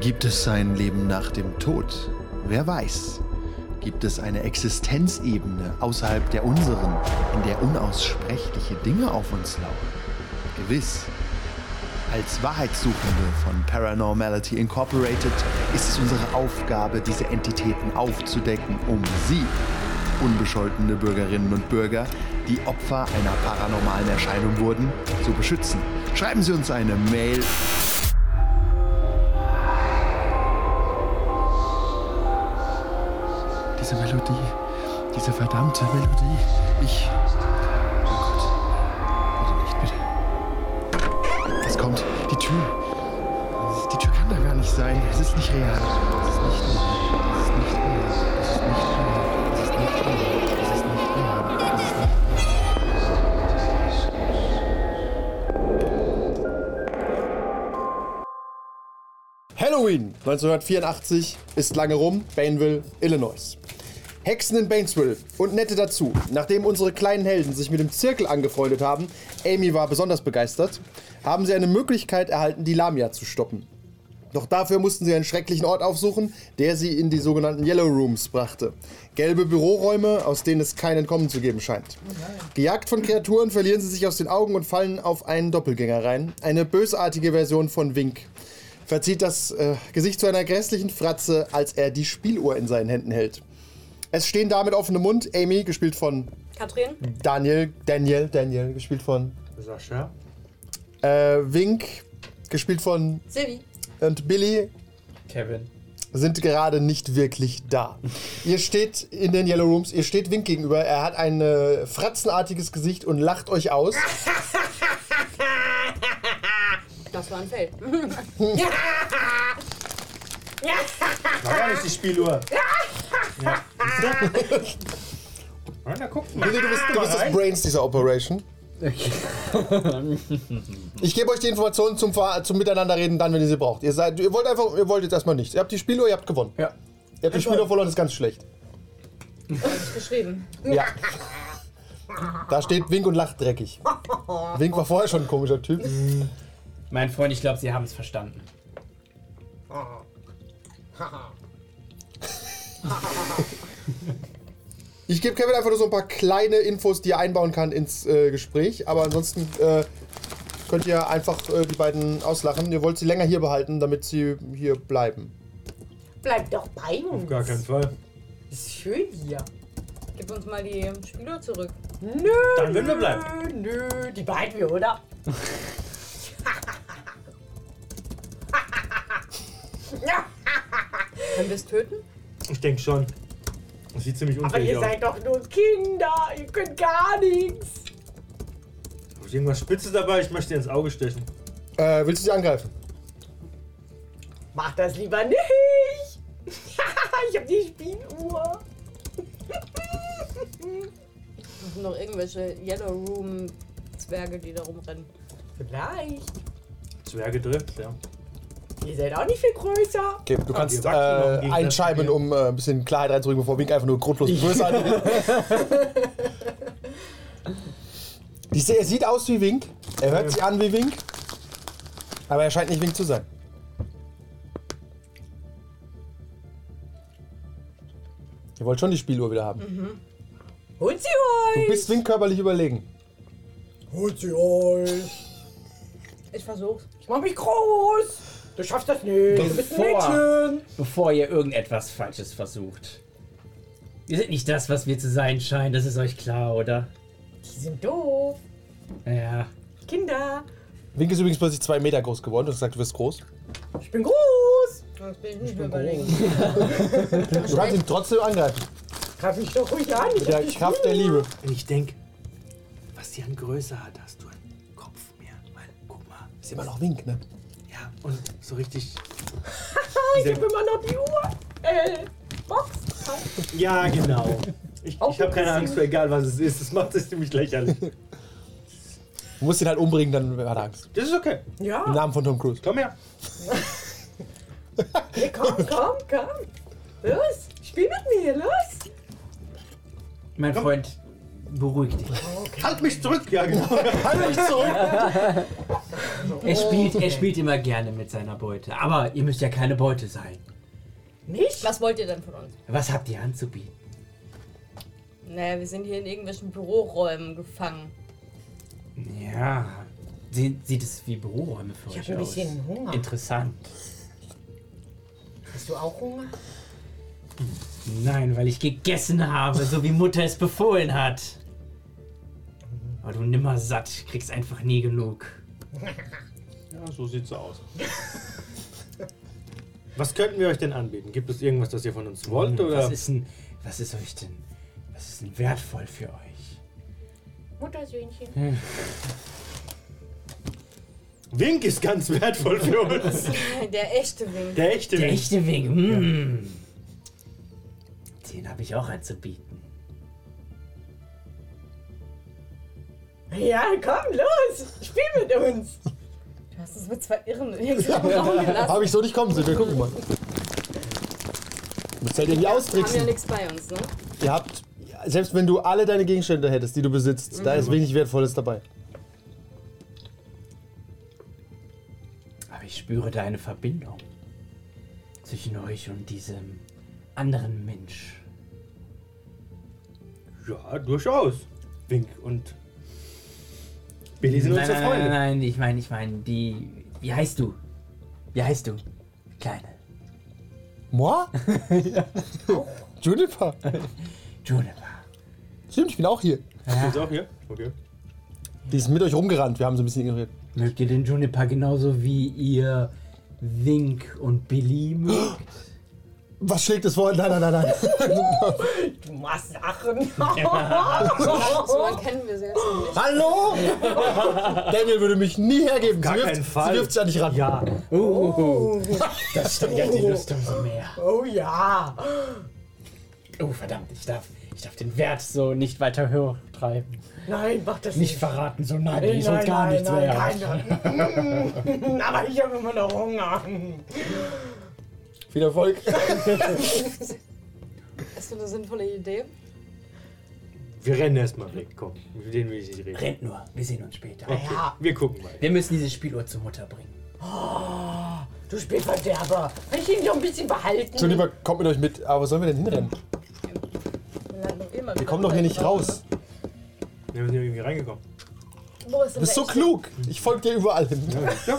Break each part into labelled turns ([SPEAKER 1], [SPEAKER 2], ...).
[SPEAKER 1] Gibt es ein Leben nach dem Tod? Wer weiß? Gibt es eine Existenzebene außerhalb der unseren, in der unaussprechliche Dinge auf uns lauern? Gewiss. Als Wahrheitssuchende von Paranormality Incorporated ist es unsere Aufgabe, diese Entitäten aufzudecken, um sie, unbescholtene Bürgerinnen und Bürger, die Opfer einer paranormalen Erscheinung wurden, zu beschützen. Schreiben Sie uns eine Mail Diese Melodie, diese verdammte Melodie. Ich. Oh Gott. Bitte nicht, bitte. Es kommt. Die Tür. Die Tür kann da gar nicht sein. Es ist nicht real. Es ist nicht real. Es ist nicht real. Es ist nicht real. Es ist nicht real. Es ist nicht real. Es ist nicht real.
[SPEAKER 2] Halloween 1984 ist lange rum, Baneville, Illinois. Hexen in Bainesville und nette dazu. Nachdem unsere kleinen Helden sich mit dem Zirkel angefreundet haben, Amy war besonders begeistert, haben sie eine Möglichkeit erhalten, die Lamia zu stoppen. Doch dafür mussten sie einen schrecklichen Ort aufsuchen, der sie in die sogenannten Yellow Rooms brachte. Gelbe Büroräume, aus denen es kein Entkommen zu geben scheint. Gejagt von Kreaturen verlieren sie sich aus den Augen und fallen auf einen Doppelgänger rein. Eine bösartige Version von Wink. Verzieht das äh, Gesicht zu einer grässlichen Fratze, als er die Spieluhr in seinen Händen hält. Es stehen da mit offenem Mund Amy, gespielt von
[SPEAKER 3] Katrin?
[SPEAKER 2] Hm. Daniel, Daniel, Daniel, gespielt von
[SPEAKER 4] Sascha?
[SPEAKER 2] äh, Wink, gespielt von
[SPEAKER 3] Silvi?
[SPEAKER 2] und Billy,
[SPEAKER 4] Kevin.
[SPEAKER 2] sind gerade nicht wirklich da. ihr steht in den Yellow Rooms, ihr steht Wink gegenüber, er hat ein äh, fratzenartiges Gesicht und lacht euch aus.
[SPEAKER 3] Das war ein Feld.
[SPEAKER 4] War gar nicht die Spieluhr. ja. Na, na, guck mal.
[SPEAKER 2] Billy, du bist, du bist das
[SPEAKER 4] Nein.
[SPEAKER 2] Brains dieser Operation. ich gebe euch die Informationen zum, Ver- zum Miteinanderreden dann, wenn ihr sie braucht. Ihr, seid, ihr wollt einfach, ihr wollt jetzt erstmal nichts. Ihr habt die Spieluhr, ihr habt gewonnen.
[SPEAKER 4] Ja.
[SPEAKER 2] Ihr habt die Spieluhr verloren, das ist ganz schlecht.
[SPEAKER 3] Geschrieben.
[SPEAKER 2] Ja. Da steht Wink und lacht dreckig. Wink war vorher schon ein komischer Typ.
[SPEAKER 5] Mein Freund, ich glaube, Sie haben es verstanden.
[SPEAKER 2] Ich gebe Kevin einfach nur so ein paar kleine Infos, die er einbauen kann ins äh, Gespräch. Aber ansonsten äh, könnt ihr einfach äh, die beiden auslachen. Ihr wollt sie länger hier behalten, damit sie hier bleiben.
[SPEAKER 6] Bleib doch bei uns.
[SPEAKER 4] Auf gar keinen Fall.
[SPEAKER 6] Ist schön hier.
[SPEAKER 3] Gib uns mal die Spieluhr zurück.
[SPEAKER 6] Nö.
[SPEAKER 4] Dann würden wir bleiben.
[SPEAKER 6] Nö, nö. Die behalten wir, oder?
[SPEAKER 3] Können wir es töten?
[SPEAKER 4] Ich denke schon. Das sieht ziemlich
[SPEAKER 6] Aber
[SPEAKER 4] unfähig
[SPEAKER 6] ihr
[SPEAKER 4] aus.
[SPEAKER 6] seid doch nur Kinder. Ihr könnt gar nichts.
[SPEAKER 4] Hab ich irgendwas Spitzes dabei? Ich möchte dir ins Auge stechen.
[SPEAKER 2] Äh, willst du sie angreifen?
[SPEAKER 6] Mach das lieber nicht. ich hab die Spieluhr.
[SPEAKER 3] Das sind noch irgendwelche Yellow Room Zwerge, die da rumrennen.
[SPEAKER 6] Vielleicht.
[SPEAKER 4] Zwerge trifft, ja.
[SPEAKER 6] Ihr seid auch nicht viel größer.
[SPEAKER 2] Okay, du kannst äh,
[SPEAKER 4] wir wachsen noch im Gegensatz
[SPEAKER 2] einscheiben,
[SPEAKER 4] zu dir.
[SPEAKER 2] um äh, ein bisschen Klarheit reinzubringen, bevor Wink einfach nur grundlos bösartig ist. Die se- Er sieht aus wie Wink, er hört sich an wie Wink, aber er scheint nicht Wink zu sein. Ihr wollt schon die Spieluhr wieder haben.
[SPEAKER 6] Holt sie
[SPEAKER 2] Du
[SPEAKER 6] euch.
[SPEAKER 2] bist Wink körperlich überlegen.
[SPEAKER 6] Holt sie euch.
[SPEAKER 3] Ich versuch's.
[SPEAKER 6] Ich mach mich groß. Du schaffst das nicht. Du bist ein
[SPEAKER 5] Bevor-
[SPEAKER 6] Mädchen.
[SPEAKER 5] Bevor ihr irgendetwas Falsches versucht. Wir sind nicht das, was wir zu sein scheinen. Das ist euch klar, oder?
[SPEAKER 6] Die sind doof.
[SPEAKER 5] Ja.
[SPEAKER 6] Kinder.
[SPEAKER 2] Wink ist übrigens plötzlich zwei Meter groß geworden. Du hast gesagt, du bist groß.
[SPEAKER 6] Ich bin groß.
[SPEAKER 3] Sonst bin ich nicht mehr überlegen.
[SPEAKER 2] Du kannst ihn trotzdem angreifen.
[SPEAKER 6] Greif mich doch ruhig an. Ich
[SPEAKER 2] Mit der
[SPEAKER 6] hab die
[SPEAKER 2] Kraft der Liebe.
[SPEAKER 4] Und ich denke, was die an Größe hat, hast du einen Kopf mehr. Weil, guck mal.
[SPEAKER 2] Ist immer noch Wink, ne?
[SPEAKER 4] Ja, und so richtig.
[SPEAKER 6] Ich hab immer noch die Uhr. Äh, Box.
[SPEAKER 4] Ja, genau. Ich, ich habe keine Angst vor, egal was es ist. Das macht sich ziemlich lächerlich.
[SPEAKER 2] Du musst ihn halt umbringen, dann hat er Angst.
[SPEAKER 4] Das ist okay.
[SPEAKER 2] Im
[SPEAKER 6] Ja.
[SPEAKER 2] Namen von Tom Cruise.
[SPEAKER 4] Komm her.
[SPEAKER 6] Nee, komm, komm, komm. Los. Spiel mit mir. Los.
[SPEAKER 5] Mein Freund, beruhig dich.
[SPEAKER 4] Halt mich zurück. Ja, genau.
[SPEAKER 2] Halt mich zurück!
[SPEAKER 5] Er spielt, er spielt immer gerne mit seiner Beute. Aber ihr müsst ja keine Beute sein.
[SPEAKER 6] Nicht?
[SPEAKER 3] Was wollt ihr denn von uns?
[SPEAKER 5] Was habt ihr anzubieten?
[SPEAKER 3] Naja, wir sind hier in irgendwelchen Büroräumen gefangen.
[SPEAKER 5] Ja. Sieht, sieht es wie Büroräume für
[SPEAKER 6] Ich
[SPEAKER 5] euch
[SPEAKER 6] hab ein
[SPEAKER 5] aus?
[SPEAKER 6] bisschen Hunger.
[SPEAKER 5] Interessant.
[SPEAKER 6] Hast du auch Hunger?
[SPEAKER 5] Nein, weil ich gegessen habe, so wie Mutter es befohlen hat. Aber du nimmer satt, kriegst einfach nie genug.
[SPEAKER 7] Ja, so sieht's aus. Was könnten wir euch denn anbieten? Gibt es irgendwas, das ihr von uns wollt? Oder?
[SPEAKER 5] Hm, Was ist denn, was ist euch denn, was ist denn wertvoll für euch?
[SPEAKER 6] Muttersöhnchen.
[SPEAKER 7] Wink ist ganz wertvoll für uns.
[SPEAKER 3] Der echte Wink.
[SPEAKER 7] Der echte
[SPEAKER 5] Der
[SPEAKER 7] Wink.
[SPEAKER 5] echte Wink, mm. Den habe ich auch anzubieten.
[SPEAKER 6] Ja, komm, los! Spiel mit uns!
[SPEAKER 3] Du hast uns mit zwei Irren in irgendeinem Raum gelassen.
[SPEAKER 2] Habe ich so nicht kommen sehen. Wir gucken mal. Muss halt irgendwie
[SPEAKER 3] Wir haben ja
[SPEAKER 2] austricksen.
[SPEAKER 3] nichts bei uns, ne?
[SPEAKER 2] Ihr habt, selbst wenn du alle deine Gegenstände hättest, die du besitzt, da ist wenig Wertvolles dabei.
[SPEAKER 5] Aber ich spüre da eine Verbindung zwischen euch und diesem anderen Mensch.
[SPEAKER 7] Ja, durchaus. Wink und Billy sind
[SPEAKER 5] nein,
[SPEAKER 7] unsere
[SPEAKER 5] nein,
[SPEAKER 7] Freunde.
[SPEAKER 5] nein, nein, nein, ich meine, ich meine, die. Wie heißt du? Wie heißt du? Kleine.
[SPEAKER 2] Moi? Juniper.
[SPEAKER 5] Juniper.
[SPEAKER 2] Stimmt, ich bin auch hier.
[SPEAKER 7] Sind sie auch hier? Okay.
[SPEAKER 2] Die ist mit euch rumgerannt. Wir haben sie ein bisschen ignoriert.
[SPEAKER 5] Mögt ihr den Juniper genauso wie ihr Wink und Billy mögt?
[SPEAKER 2] Was schlägt das vor? Nein, nein, nein, nein.
[SPEAKER 6] Du machst Sachen.
[SPEAKER 3] So lange kennen wir sie jetzt noch nicht.
[SPEAKER 2] Hallo? Daniel würde mich nie hergeben.
[SPEAKER 7] Gar
[SPEAKER 2] sie wirft,
[SPEAKER 7] keinen Fall.
[SPEAKER 2] Sie wirft sich an dich ran.
[SPEAKER 7] Ja.
[SPEAKER 5] Oh, das steigert die Lust umso mehr.
[SPEAKER 6] Oh ja.
[SPEAKER 5] Oh, verdammt, ich darf, ich darf den Wert so nicht weiter höher treiben.
[SPEAKER 6] Nein, mach das
[SPEAKER 5] Nicht
[SPEAKER 6] nicht.
[SPEAKER 5] verraten, so nein,
[SPEAKER 6] Nein,
[SPEAKER 5] ich soll gar
[SPEAKER 6] nein,
[SPEAKER 5] nichts
[SPEAKER 6] nein,
[SPEAKER 5] mehr.
[SPEAKER 6] keiner. Mm, Aber ich habe immer noch Hunger.
[SPEAKER 2] Viel Erfolg.
[SPEAKER 3] Ist das eine sinnvolle Idee?
[SPEAKER 7] Wir rennen erstmal weg. Komm, mit denen will ich nicht reden.
[SPEAKER 5] Rennt nur, wir sehen uns später.
[SPEAKER 7] Okay.
[SPEAKER 6] Ja.
[SPEAKER 7] Wir gucken mal.
[SPEAKER 5] Wir müssen diese Spieluhr zur Mutter bringen.
[SPEAKER 6] Du Spielverderber. Kann ich ihn noch ein bisschen behalten?
[SPEAKER 2] Juniper, kommt mit euch mit. Aber wo sollen wir denn hinrennen?
[SPEAKER 3] Wir landen doch eh mal
[SPEAKER 2] Wir
[SPEAKER 3] wieder
[SPEAKER 2] kommen doch hier nicht
[SPEAKER 3] überall.
[SPEAKER 2] raus.
[SPEAKER 7] Wir sind irgendwie reingekommen.
[SPEAKER 3] Wo ist
[SPEAKER 2] Du bist
[SPEAKER 3] denn der
[SPEAKER 2] so
[SPEAKER 3] echte?
[SPEAKER 2] klug. Ich folge dir überall hin.
[SPEAKER 7] Ja.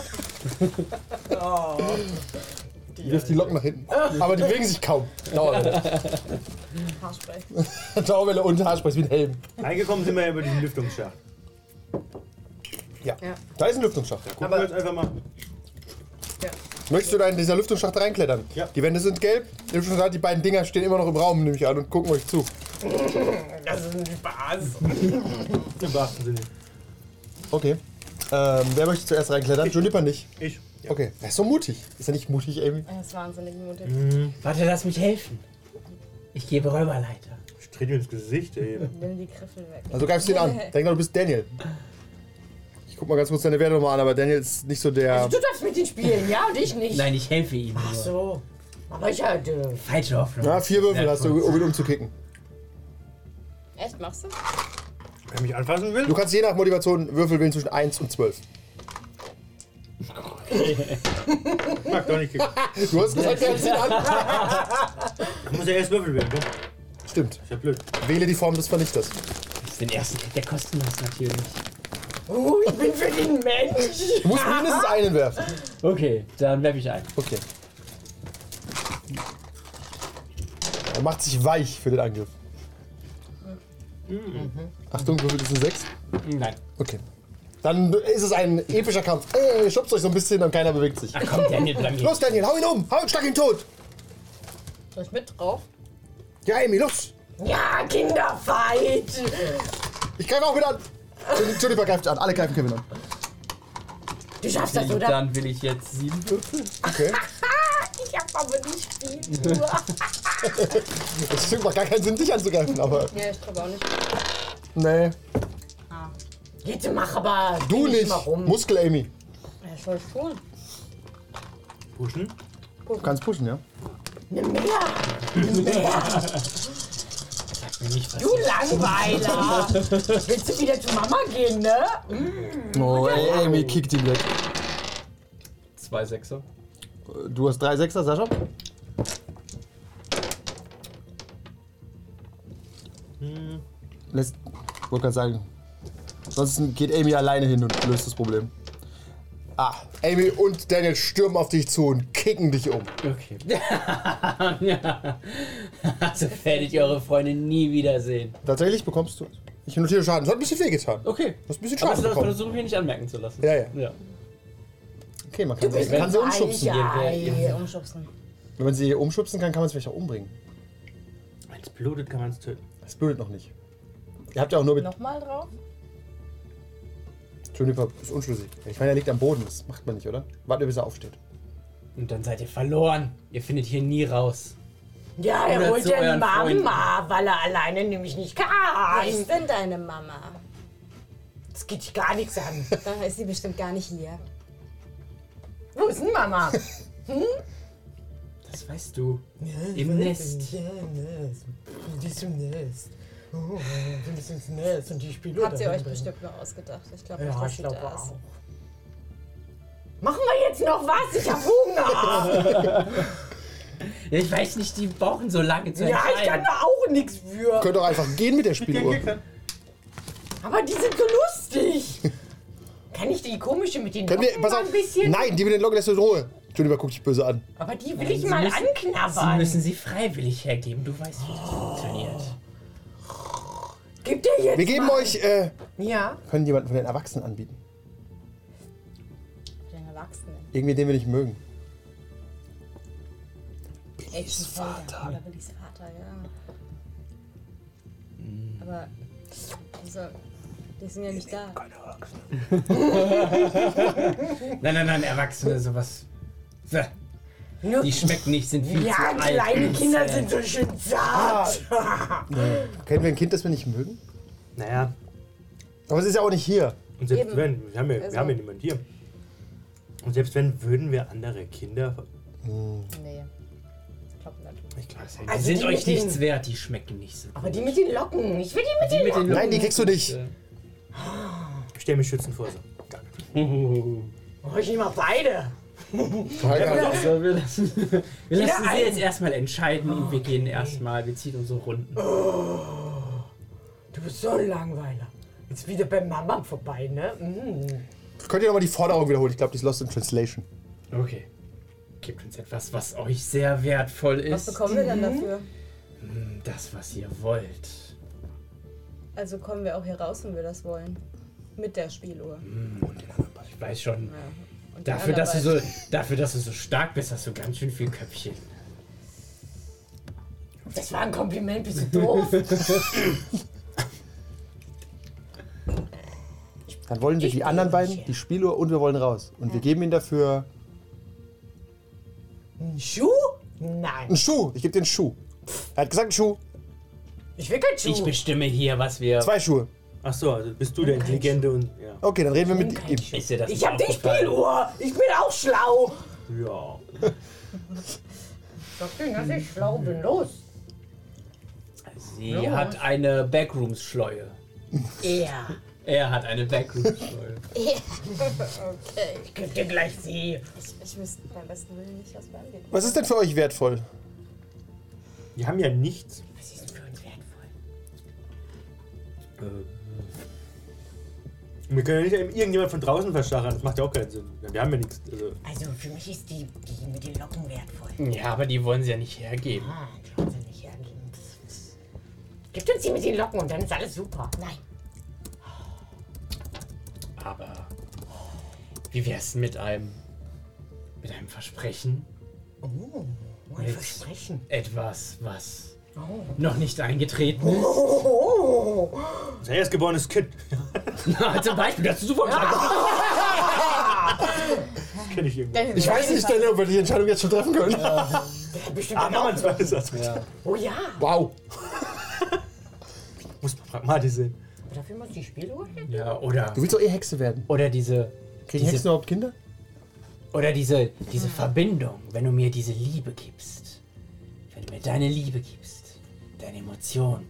[SPEAKER 2] Die wirft die Locken nach hinten. Aber die bewegen sich kaum. Dauerwelle.
[SPEAKER 3] Haarspray.
[SPEAKER 2] Dauerwelle und Haarspeis mit Helm.
[SPEAKER 7] Reingekommen sind wir ja über diesen Lüftungsschacht.
[SPEAKER 2] Ja.
[SPEAKER 3] Ja.
[SPEAKER 2] Da ist ein Lüftungsschacht.
[SPEAKER 7] Gucken wir jetzt einfach mal.
[SPEAKER 2] Möchtest du da in dieser Lüftungsschacht reinklettern?
[SPEAKER 7] Ja.
[SPEAKER 2] Die Wände sind gelb. Die Lüftungsschacht, die beiden Dinger stehen immer noch im Raum, nehme ich an, und gucken euch zu.
[SPEAKER 6] Das ist ein Spaß.
[SPEAKER 7] Im wahrsten Sinne.
[SPEAKER 2] Okay. Ähm, wer möchte zuerst reinklettern? Juniper nicht.
[SPEAKER 7] Ich. Ja.
[SPEAKER 2] Okay. Er ist so mutig. Ist er nicht mutig, Amy?
[SPEAKER 3] Das ist wahnsinnig mutig.
[SPEAKER 2] Mhm.
[SPEAKER 5] Warte, lass mich helfen. Ich gebe Räuberleiter.
[SPEAKER 7] Ich trete dir ins Gesicht, ey.
[SPEAKER 3] Nimm die Griffel weg.
[SPEAKER 2] Also greifst du ihn an. Denk mal, du bist Daniel. Ich guck mal ganz kurz deine Werte nochmal an, aber Daniel ist nicht so der.
[SPEAKER 3] Also
[SPEAKER 6] Du darfst mit ihm spielen, ja? Und ich nicht.
[SPEAKER 5] Nein, ich helfe ihm.
[SPEAKER 6] Ach
[SPEAKER 5] Nur.
[SPEAKER 6] so. Aber ich halt, äh, hatte.
[SPEAKER 5] Falsche Hoffnung.
[SPEAKER 2] Na, vier Würfel hast du, um ihn umzukicken.
[SPEAKER 3] Echt, machst du?
[SPEAKER 7] Wer mich anfassen will?
[SPEAKER 2] Du kannst je nach Motivation Würfel wählen zwischen 1 und 12.
[SPEAKER 7] Mag doch nicht kicken.
[SPEAKER 2] Du hast gesagt, greifst ihn an.
[SPEAKER 7] Ich muss ja erst Würfel werden, komm.
[SPEAKER 2] Stimmt.
[SPEAKER 7] Ist ja blöd.
[SPEAKER 2] Wähle die Form des Vernichters.
[SPEAKER 5] Den ersten kriegt der kostenlos natürlich.
[SPEAKER 6] Oh, ich bin für den Mensch.
[SPEAKER 2] Du musst mindestens einen werfen.
[SPEAKER 5] Okay, dann werfe ich ein.
[SPEAKER 2] Okay. Er macht sich weich für den Angriff. Achtung, Würfel ist eine 6.
[SPEAKER 5] Nein.
[SPEAKER 2] Okay. Dann ist es ein epischer Kampf. Ey, schubst euch so ein bisschen und keiner bewegt sich.
[SPEAKER 5] Ach komm, Daniel, bleib hier.
[SPEAKER 2] Los, Daniel, hau ihn um! Hau ihn, schlag ihn tot!
[SPEAKER 3] Soll ich mit drauf?
[SPEAKER 2] Ja, Amy, los!
[SPEAKER 6] Ja, Kinderfight.
[SPEAKER 2] Ich greife auch mit an! Juniper greift an, alle greifen Kevin an.
[SPEAKER 6] Du schaffst das,
[SPEAKER 5] Und
[SPEAKER 6] oder?
[SPEAKER 5] dann will ich jetzt sieben Würfel.
[SPEAKER 2] Okay.
[SPEAKER 6] Ich hab aber nicht spielen.
[SPEAKER 2] Es macht gar keinen Sinn, dich anzugreifen, aber.
[SPEAKER 3] Ja, ich glaube auch nicht.
[SPEAKER 2] Nee.
[SPEAKER 6] Jetzt mach aber.
[SPEAKER 2] Du
[SPEAKER 6] geh
[SPEAKER 2] nicht!
[SPEAKER 6] Mal rum.
[SPEAKER 2] Muskel, Amy.
[SPEAKER 3] Ja, soll ich tun?
[SPEAKER 7] Pushen?
[SPEAKER 2] Du kannst pushen, ja?
[SPEAKER 6] Nimm mehr. Nimm mehr. Du Langweiler. Willst du wieder zu Mama gehen, ne?
[SPEAKER 2] Oh, Amy kickt ihn weg.
[SPEAKER 8] zwei Sechser.
[SPEAKER 2] Du hast drei Sechser, Sascha? Hm. Lässt, wollte gerade sagen. Ansonsten geht Amy alleine hin und löst das Problem. Ah, Amy und Daniel stürmen auf dich zu und kicken dich um.
[SPEAKER 5] Okay. ja. Also werdet ihr eure Freunde nie wiedersehen.
[SPEAKER 2] Tatsächlich bekommst du. Ich notiere Schaden. Das hat ein bisschen wehgetan.
[SPEAKER 5] Okay.
[SPEAKER 2] Du hast ein bisschen
[SPEAKER 5] Aber
[SPEAKER 2] Schaden
[SPEAKER 5] das
[SPEAKER 2] bekommen.
[SPEAKER 5] versuche ich mir nicht anmerken zu lassen.
[SPEAKER 2] Ja, ja.
[SPEAKER 5] ja.
[SPEAKER 2] Okay, man kann sie,
[SPEAKER 5] bist
[SPEAKER 2] kann sie umschubsen.
[SPEAKER 3] Ei, umschubsen.
[SPEAKER 2] Wenn man sie umschubsen kann, kann man sie vielleicht auch umbringen.
[SPEAKER 4] Wenn es blutet, kann man es töten.
[SPEAKER 2] Das blutet noch nicht. Ihr habt ja auch nur mit.
[SPEAKER 3] Nochmal drauf?
[SPEAKER 2] Juniper ist unschlüssig. Ich meine, er liegt am Boden. Das macht man nicht, oder? Wartet, bis er aufsteht.
[SPEAKER 5] Und dann seid ihr verloren. Ihr findet hier nie raus.
[SPEAKER 6] Ja, er
[SPEAKER 5] Oder
[SPEAKER 6] holt
[SPEAKER 5] zu
[SPEAKER 6] ja
[SPEAKER 5] euren
[SPEAKER 6] Mama,
[SPEAKER 5] Freunden.
[SPEAKER 6] weil er alleine nämlich nicht
[SPEAKER 3] Wer ist
[SPEAKER 6] kann.
[SPEAKER 3] denn deine Mama?
[SPEAKER 6] Das geht dich gar nichts an.
[SPEAKER 3] Dann ist sie bestimmt gar nicht hier.
[SPEAKER 6] Wo ist denn Mama?
[SPEAKER 5] Das weißt du. Im Nest.
[SPEAKER 6] Die ist im Nest. Oh, die ist ins Nest und die Spiele.
[SPEAKER 3] Habt ihr euch bestimmt nur ausgedacht. Ich glaube nicht,
[SPEAKER 6] Ja,
[SPEAKER 3] dass
[SPEAKER 6] ich
[SPEAKER 3] sie
[SPEAKER 6] glaube
[SPEAKER 3] da ist.
[SPEAKER 6] auch. Machen wir jetzt noch was? Ich hab Hunger.
[SPEAKER 5] Ja, ich weiß nicht, die brauchen so lange zu
[SPEAKER 6] ja, ich kann
[SPEAKER 5] entscheiden.
[SPEAKER 6] da auch nichts für.
[SPEAKER 2] Könnt doch einfach gehen mit der Spieluhr.
[SPEAKER 6] Aber die sind so lustig. Kann ich die komische mit den
[SPEAKER 2] Können wir,
[SPEAKER 6] Locken
[SPEAKER 2] pass
[SPEAKER 6] mal
[SPEAKER 2] auf.
[SPEAKER 6] ein bisschen?
[SPEAKER 2] Nein, die mit den Locken lässt du in Ruhe. Juniper guckt dich böse an.
[SPEAKER 6] Aber die will
[SPEAKER 5] Nein,
[SPEAKER 6] ich
[SPEAKER 5] sie
[SPEAKER 6] mal
[SPEAKER 5] müssen- Sie
[SPEAKER 6] anknabbern. Oh.
[SPEAKER 5] müssen sie freiwillig hergeben. Du weißt, wie das funktioniert.
[SPEAKER 6] Gibt ihr jetzt
[SPEAKER 2] Wir geben
[SPEAKER 6] mal.
[SPEAKER 2] euch, äh,
[SPEAKER 6] Ja.
[SPEAKER 2] können jemanden von den Erwachsenen anbieten.
[SPEAKER 3] Für den Erwachsenen.
[SPEAKER 2] Irgendwie den wir nicht mögen.
[SPEAKER 3] Billy's Vater. Oder Billy's Vater, ja.
[SPEAKER 6] Mhm.
[SPEAKER 3] Aber. Also, die sind ja nicht da.
[SPEAKER 5] Nein, nein, nein, Erwachsene, sowas.
[SPEAKER 6] Nur
[SPEAKER 5] Die schmecken nicht, sind viel zu
[SPEAKER 6] ja,
[SPEAKER 5] alt.
[SPEAKER 6] kleine Kinder sind so schön zart.
[SPEAKER 2] Kennen wir ein Kind, das wir nicht mögen?
[SPEAKER 7] Naja,
[SPEAKER 2] Aber es ist ja auch nicht hier.
[SPEAKER 7] und selbst
[SPEAKER 3] Eben.
[SPEAKER 7] wenn, wir haben, ja,
[SPEAKER 3] Also-
[SPEAKER 7] wir haben ja niemanden hier. Und selbst wenn, würden wir andere Kinder. ver-
[SPEAKER 3] Nee. Ich glaube nicht.
[SPEAKER 7] Ich glaube,
[SPEAKER 5] Die
[SPEAKER 6] Also
[SPEAKER 5] Ah, sind
[SPEAKER 6] die
[SPEAKER 5] euch
[SPEAKER 6] mit den-
[SPEAKER 5] nichts wert, die schmecken nicht so.
[SPEAKER 6] Aber die mit den Locken. Ich will die mit
[SPEAKER 5] Die
[SPEAKER 6] den
[SPEAKER 5] mit den
[SPEAKER 2] Nein, die
[SPEAKER 5] Locken-
[SPEAKER 2] kriegst du nicht.
[SPEAKER 7] ich stelle mich schützen vor. So. Gar nicht.
[SPEAKER 6] Locken. Oh, ich nehme mal beide.
[SPEAKER 5] Also, wir lassen, wir
[SPEAKER 6] Jeder
[SPEAKER 5] lassen sie
[SPEAKER 6] einen.
[SPEAKER 5] jetzt erstmal entscheiden und wir gehen erstmal, wir ziehen unsere Runden.
[SPEAKER 6] Du bist so ein Langweiler. Jetzt wieder bei Mama vorbei, ne? Mm.
[SPEAKER 2] Könnt ihr nochmal die Forderung wiederholen? Ich glaube, die ist Lost in Translation.
[SPEAKER 5] Okay. Gebt uns etwas, was euch sehr wertvoll
[SPEAKER 3] Was
[SPEAKER 5] ist.
[SPEAKER 3] bekommen wir denn dafür?
[SPEAKER 5] Das, was ihr wollt.
[SPEAKER 3] Also kommen wir auch hier raus, wenn wir das wollen. Mit der Spieluhr.
[SPEAKER 5] Ich weiß schon,
[SPEAKER 3] Und die
[SPEAKER 5] dafür dass, du
[SPEAKER 3] anderen
[SPEAKER 5] so, dafür, dass du so stark bist, hast du ganz schön viel Köpfchen.
[SPEAKER 6] Das war ein Kompliment, bist du doof?
[SPEAKER 2] Dann wollen wir die anderen beiden, die Spieluhr und wir wollen raus. Und wir geben ihnen dafür
[SPEAKER 6] Ein Schuh? Nein.
[SPEAKER 2] einen Schuh. Ich gebe dir einen Schuh. Er hat gesagt, einen Schuh.
[SPEAKER 6] Ich will keinen Schuh.
[SPEAKER 5] Ich bestimme hier, was wir.
[SPEAKER 2] Zwei Schuhe.
[SPEAKER 7] Ach so, also bist du der Intelligente und. Ja.
[SPEAKER 2] Okay, dann reden wir mit ihm.
[SPEAKER 5] Ist dir das
[SPEAKER 6] ich
[SPEAKER 5] nicht
[SPEAKER 6] hab die
[SPEAKER 5] aufgefallen?
[SPEAKER 6] Spieluhr. Ich bin auch schlau.
[SPEAKER 7] ja.
[SPEAKER 6] Sag denen, dass ich schlau bin. Los.
[SPEAKER 5] Sie hat eine Backrooms-Schleue.
[SPEAKER 6] Er.
[SPEAKER 5] Er hat eine Backrooms-Schleue.
[SPEAKER 6] Ich geb dir gleich sie.
[SPEAKER 3] beiden. Ich wüsste beim besten Willen nicht, was wir angehen.
[SPEAKER 2] Was ist denn für euch wertvoll?
[SPEAKER 7] Wir haben ja nichts.
[SPEAKER 6] Was ist denn für uns wertvoll?
[SPEAKER 7] Äh, Wir können ja nicht irgendjemand von draußen verschachern. Das macht ja auch keinen Sinn. Wir haben ja nichts. Also,
[SPEAKER 6] Also für mich ist die, die mit den Locken wertvoll.
[SPEAKER 5] ja, aber die wollen sie ja nicht hergeben.
[SPEAKER 6] Ah, die wollen sie nicht hergeben. Gibt uns die mit den Locken und dann ist alles super. Nein.
[SPEAKER 5] Aber wie wär's mit einem. mit einem Versprechen?
[SPEAKER 6] Oh, mein
[SPEAKER 5] Jetzt.
[SPEAKER 6] Versprechen.
[SPEAKER 5] Etwas, was
[SPEAKER 6] Oh.
[SPEAKER 5] noch nicht eingetreten ist.
[SPEAKER 6] Oh.
[SPEAKER 7] unser erstgeborenes Kind.
[SPEAKER 5] Na, zum Beispiel, das ist super gesagt.
[SPEAKER 7] Das kenne ich irgendwo.
[SPEAKER 2] Ich weiß nicht, Daniel, ob wir die Entscheidung jetzt schon treffen können.
[SPEAKER 4] Ah,
[SPEAKER 6] Bestimmt auch
[SPEAKER 7] Damals war das das.
[SPEAKER 6] Oh ja.
[SPEAKER 2] Wow.
[SPEAKER 7] Muss man pragmatisch sehen.
[SPEAKER 6] Aber dafür muss die Spieluhr hin.
[SPEAKER 5] Ja, oder.
[SPEAKER 2] Du willst doch eh Hexe werden.
[SPEAKER 5] Oder diese.
[SPEAKER 2] Kriegen
[SPEAKER 5] diese
[SPEAKER 2] Hexen überhaupt Kinder?
[SPEAKER 5] Oder diese, diese Verbindung, wenn du mir diese Liebe gibst. Wenn du mir deine Liebe gibst. Deine Emotion.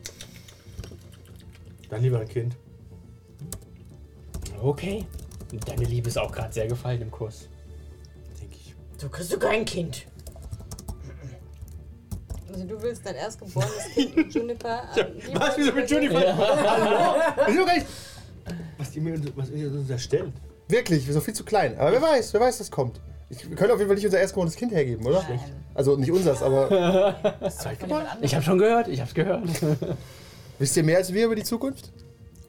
[SPEAKER 7] Dann lieber ein Kind.
[SPEAKER 5] Okay. Deine Liebe ist auch gerade sehr gefallen im Kurs.
[SPEAKER 7] Denke ich.
[SPEAKER 6] So kriegst du kein Kind.
[SPEAKER 3] Also du willst dein erstgeborenes Kind Juniper an die
[SPEAKER 7] Was? Wieso mit Juniper?
[SPEAKER 2] Hallo? recht.
[SPEAKER 7] Was ihr mir uns- was ihr uns unterstellt.
[SPEAKER 2] Wirklich, wir sind viel zu klein. Aber wer weiß, wer weiß, das kommt. Ich, wir können auf jeden Fall nicht unser erstgeborenes Kind hergeben, oder? Also nicht unseres, aber
[SPEAKER 5] Ich habe schon gehört, ich habe gehört.
[SPEAKER 2] wisst ihr mehr als wir über die Zukunft?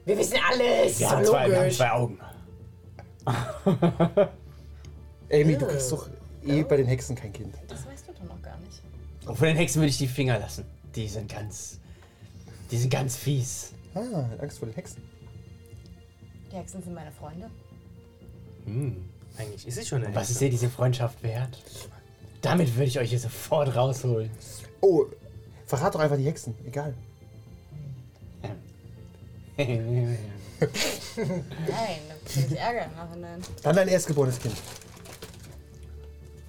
[SPEAKER 6] Wir wissen alles.
[SPEAKER 4] Wir
[SPEAKER 6] Ja,
[SPEAKER 4] haben zwei, wir haben
[SPEAKER 6] logisch.
[SPEAKER 4] zwei Augen.
[SPEAKER 2] Amy, du kriegst doch eh bei den Hexen kein Kind.
[SPEAKER 3] Das weißt du doch noch gar nicht.
[SPEAKER 5] Und von den Hexen würde ich die Finger lassen. Die sind ganz. Die sind ganz fies.
[SPEAKER 2] Ah, hat Angst vor den Hexen.
[SPEAKER 3] Die Hexen sind meine Freunde.
[SPEAKER 7] Hm, eigentlich ist es schon eine
[SPEAKER 5] Was ist
[SPEAKER 7] Hexe.
[SPEAKER 5] dir diese Freundschaft wert? Damit würde ich euch hier sofort rausholen.
[SPEAKER 2] Oh, verrat doch einfach die Hexen, egal.
[SPEAKER 3] Nein, da krieg ich Ärger im Nachhinein.
[SPEAKER 2] Dann dein erstgeborenes Kind.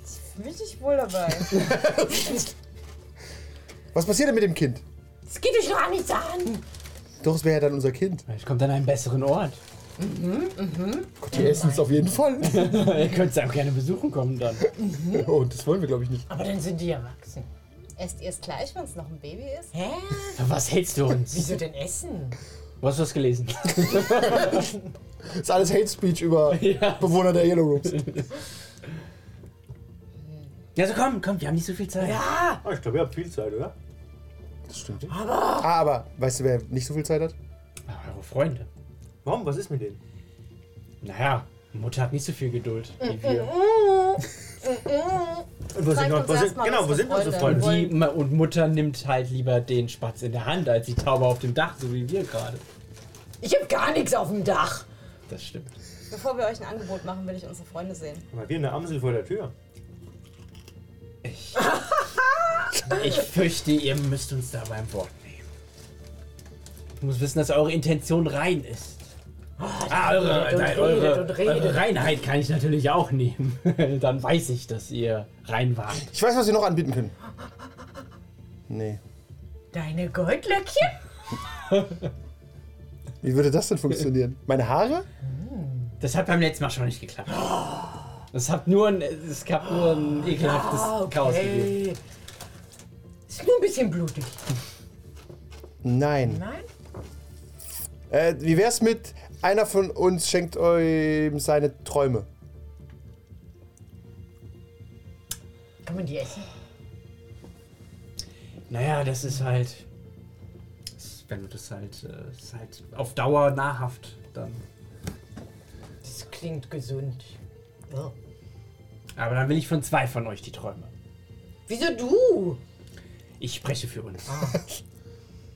[SPEAKER 3] Ich fühle mich wohl dabei.
[SPEAKER 2] Was passiert denn mit dem Kind?
[SPEAKER 6] Es geht euch gar nichts an.
[SPEAKER 2] Doch, es wäre ja dann unser Kind. Oh
[SPEAKER 5] Vielleicht kommt an einen besseren Ort.
[SPEAKER 2] Gott, die essen es auf jeden Fall.
[SPEAKER 5] Ihr könnt es einfach gerne besuchen kommen dann.
[SPEAKER 2] Und das wollen wir, glaube ich, nicht.
[SPEAKER 6] Aber dann sind die erwachsen.
[SPEAKER 3] Esst ihr es gleich, wenn es noch ein Baby ist?
[SPEAKER 6] Hä?
[SPEAKER 5] Was hältst du uns?
[SPEAKER 6] Wieso denn essen?
[SPEAKER 5] Wo hast du das gelesen?
[SPEAKER 2] Das ist alles Hate Speech über
[SPEAKER 5] Ja.
[SPEAKER 2] Bewohner der Yellow Rooms.
[SPEAKER 5] Ja, so komm, komm, wir haben nicht so viel Zeit.
[SPEAKER 7] Ah, ich glaube, ihr habt viel Zeit, oder?
[SPEAKER 2] Das stimmt. Aber. Ah, aber, weißt du, wer nicht so viel Zeit hat?
[SPEAKER 5] Aber Ah, eure Freunde.
[SPEAKER 7] Warum? Was ist mit denen?
[SPEAKER 5] Naja, Mutter hat nicht so viel Geduld wie wir.
[SPEAKER 7] Und wo
[SPEAKER 3] Zeigt uns
[SPEAKER 7] wo
[SPEAKER 3] erst mal
[SPEAKER 7] genau, wo
[SPEAKER 3] unsere
[SPEAKER 7] sind unsere
[SPEAKER 3] Freunde.
[SPEAKER 7] Freunde?
[SPEAKER 5] Die, und Mutter nimmt halt lieber den Spatz in der Hand als die Taube auf dem Dach, so wie wir gerade.
[SPEAKER 6] Ich hab gar nichts auf dem Dach.
[SPEAKER 5] Das stimmt.
[SPEAKER 3] Bevor wir euch ein Angebot machen, will ich unsere Freunde sehen.
[SPEAKER 7] Weil wir in der Amsel vor der Tür.
[SPEAKER 5] Ich, ich fürchte, ihr müsst uns da beim Wort nehmen. Ich muss wissen, dass eure Intention rein ist. Ah, eure,
[SPEAKER 6] redet und
[SPEAKER 5] nein,
[SPEAKER 6] redet
[SPEAKER 5] eure,
[SPEAKER 6] und redet.
[SPEAKER 5] eure Reinheit kann ich natürlich auch nehmen. Dann weiß ich, dass ihr rein wart.
[SPEAKER 2] Ich weiß, was wir noch anbieten können. Nee.
[SPEAKER 6] Deine Goldlöckchen?
[SPEAKER 2] Wie würde das denn funktionieren? Meine Haare?
[SPEAKER 5] Das hat beim letzten Mal schon nicht geklappt. Es hat nur ein, es gab nur ein ekelhaftes Chaos gegeben.
[SPEAKER 6] Ah, Okay. Ist nur ein bisschen blutig.
[SPEAKER 2] Nein.
[SPEAKER 6] Nein?
[SPEAKER 2] Äh, wie wär's mit, einer von uns schenkt euch seine Träume?
[SPEAKER 6] Kann man die essen?
[SPEAKER 5] Naja, das ist halt, das- wenn du das halt, äh, das ist halt auf Dauer nahrhaft, dann.
[SPEAKER 6] Das klingt gesund. Ja.
[SPEAKER 5] Aber dann will ich von zwei von euch die Träume.
[SPEAKER 6] Wieso du?
[SPEAKER 5] Ich spreche für uns.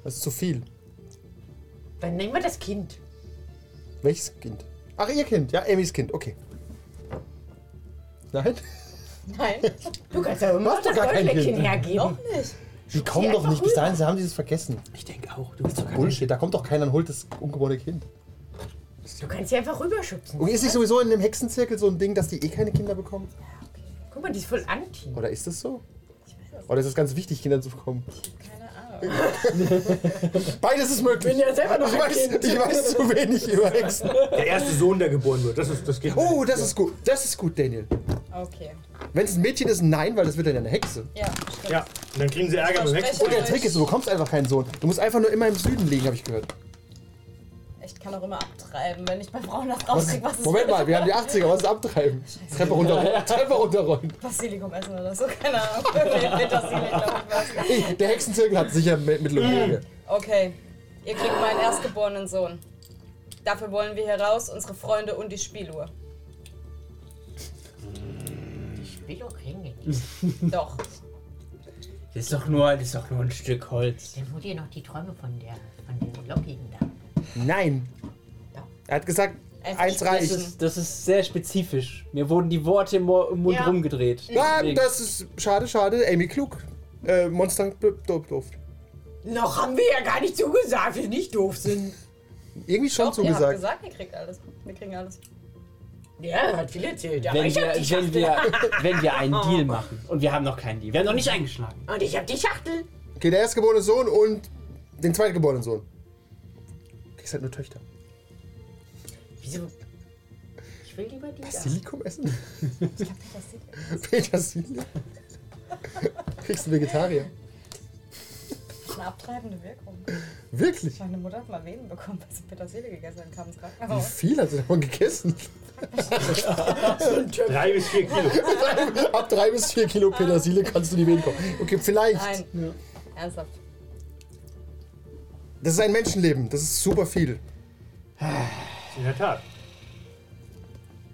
[SPEAKER 2] Das ist zu viel.
[SPEAKER 6] Dann nehmen wir das Kind.
[SPEAKER 2] Welches Kind? Ach, ihr Kind. Ja, Amy's Kind. Okay. Nein?
[SPEAKER 3] Nein,
[SPEAKER 6] Du kannst ja immer noch
[SPEAKER 2] hast doch
[SPEAKER 6] das
[SPEAKER 2] gar kein
[SPEAKER 6] Goldlöckchen
[SPEAKER 2] Kind.
[SPEAKER 6] hergeben.
[SPEAKER 3] nicht.
[SPEAKER 2] Die kommen doch nicht. Bis dahin sie haben sie es vergessen.
[SPEAKER 7] Ich denke auch, du bist doch gar
[SPEAKER 2] Bullshit. Da kommt doch keiner und holt das ungeborene Kind.
[SPEAKER 6] Du kannst sie einfach rüberschubsen.
[SPEAKER 2] Und ist nicht sowieso in dem Hexenzirkel so ein Ding, dass die eh keine Kinder bekommen?
[SPEAKER 6] Guck mal, die ist voll anti.
[SPEAKER 2] Oder ist das so? Oder ist es ganz wichtig, Kinder zu bekommen?
[SPEAKER 3] Keine Ahnung.
[SPEAKER 2] Beides ist möglich.
[SPEAKER 6] bin ja selber noch
[SPEAKER 2] ich,
[SPEAKER 6] ein
[SPEAKER 2] weiß,
[SPEAKER 6] Kind.
[SPEAKER 2] ich weiß zu wenig über Hexen.
[SPEAKER 7] Der erste Sohn, der geboren wird. Das, ist, das geht.
[SPEAKER 2] Oh, das ist gut. Das ist gut, Daniel.
[SPEAKER 3] Okay.
[SPEAKER 2] Wenn es ein Mädchen ist, nein, weil das wird dann ja eine Hexe.
[SPEAKER 3] Ja, stimmt.
[SPEAKER 7] Ja, und dann kriegen sie Ärger mit dem Hexen.
[SPEAKER 2] Und der Trick ist, du bekommst einfach keinen Sohn. Du musst einfach nur immer im Süden liegen, habe ich gehört.
[SPEAKER 3] Ich kann auch immer abtreiben, wenn ich bei Frauen das rauskriege, was ist
[SPEAKER 2] Moment mal, wir haben die 80er, was ist abtreiben? Treppe, runter, Treppe runterrollen.
[SPEAKER 3] Basilikum um essen oder so, keine Ahnung. Petersilie, glaub ich, was.
[SPEAKER 2] Ey, der Hexenzirkel hat sicher mit Mittelmeere.
[SPEAKER 3] Okay, ihr kriegt meinen erstgeborenen Sohn. Dafür wollen wir hier raus, unsere Freunde und die Spieluhr.
[SPEAKER 6] Ich will auch hingehen.
[SPEAKER 3] Doch.
[SPEAKER 5] Das ist doch nur, das ist doch nur ein Stück Holz.
[SPEAKER 6] Dann holt ihr noch die Träume von der, von der Lockigen da.
[SPEAKER 2] Nein. Er hat gesagt,
[SPEAKER 3] Einfach
[SPEAKER 2] eins
[SPEAKER 5] Das
[SPEAKER 2] reicht.
[SPEAKER 3] sprechen.
[SPEAKER 5] ist, das ist sehr spezifisch. Mir wurden die Worte im, Mo- im Mund
[SPEAKER 3] Ja.
[SPEAKER 5] rumgedreht.
[SPEAKER 2] Ah,
[SPEAKER 5] Deswegen.
[SPEAKER 2] das ist schade, schade. Amy klug. Äh, Monster doof, doof, doof.
[SPEAKER 6] Noch haben wir ja gar nicht zugesagt, wir nicht doof sind.
[SPEAKER 2] Irgendwie schon
[SPEAKER 3] Doch, ihr habt
[SPEAKER 2] zugesagt.
[SPEAKER 3] gesagt, ihr kriegt alles. Wir kriegen alles.
[SPEAKER 6] Ja, hat viel erzählt. Aber
[SPEAKER 5] wenn,
[SPEAKER 6] ich hab
[SPEAKER 5] wir,
[SPEAKER 6] die
[SPEAKER 5] wenn,
[SPEAKER 6] Schachtel.
[SPEAKER 5] wir, wenn wir einen Deal machen. Und wir haben noch keinen Deal. Wir haben noch nicht eingeschlagen.
[SPEAKER 6] Und ich hab die Schachtel.
[SPEAKER 2] Okay, der erstgeborene Sohn und den zweitgeborenen Sohn. Du kriegst halt nur Töchter.
[SPEAKER 6] Wieso? Ich Ich will lieber die da.
[SPEAKER 2] Basilikum essen?
[SPEAKER 6] Ich glaub, das sieht-
[SPEAKER 2] Petersilie? Kriegst du Vegetarier?
[SPEAKER 3] Eine abtreibende Wirkung.
[SPEAKER 2] Wirklich?
[SPEAKER 3] Meine Mutter hat mal Venen bekommen, weil sie Petersilie gegessen hat und kam ins
[SPEAKER 2] Wie
[SPEAKER 3] Krankenhaus.
[SPEAKER 2] viel hast du davon gegessen?
[SPEAKER 7] Drei bis vier Kilo.
[SPEAKER 2] Ab drei bis vier Kilo
[SPEAKER 6] Ah.
[SPEAKER 2] Petersilie kannst du die Venen kommen. Okay, vielleicht.
[SPEAKER 3] Nein. Ernsthaft.
[SPEAKER 2] Das ist ein Menschenleben. Das ist super viel.
[SPEAKER 7] In der Tat.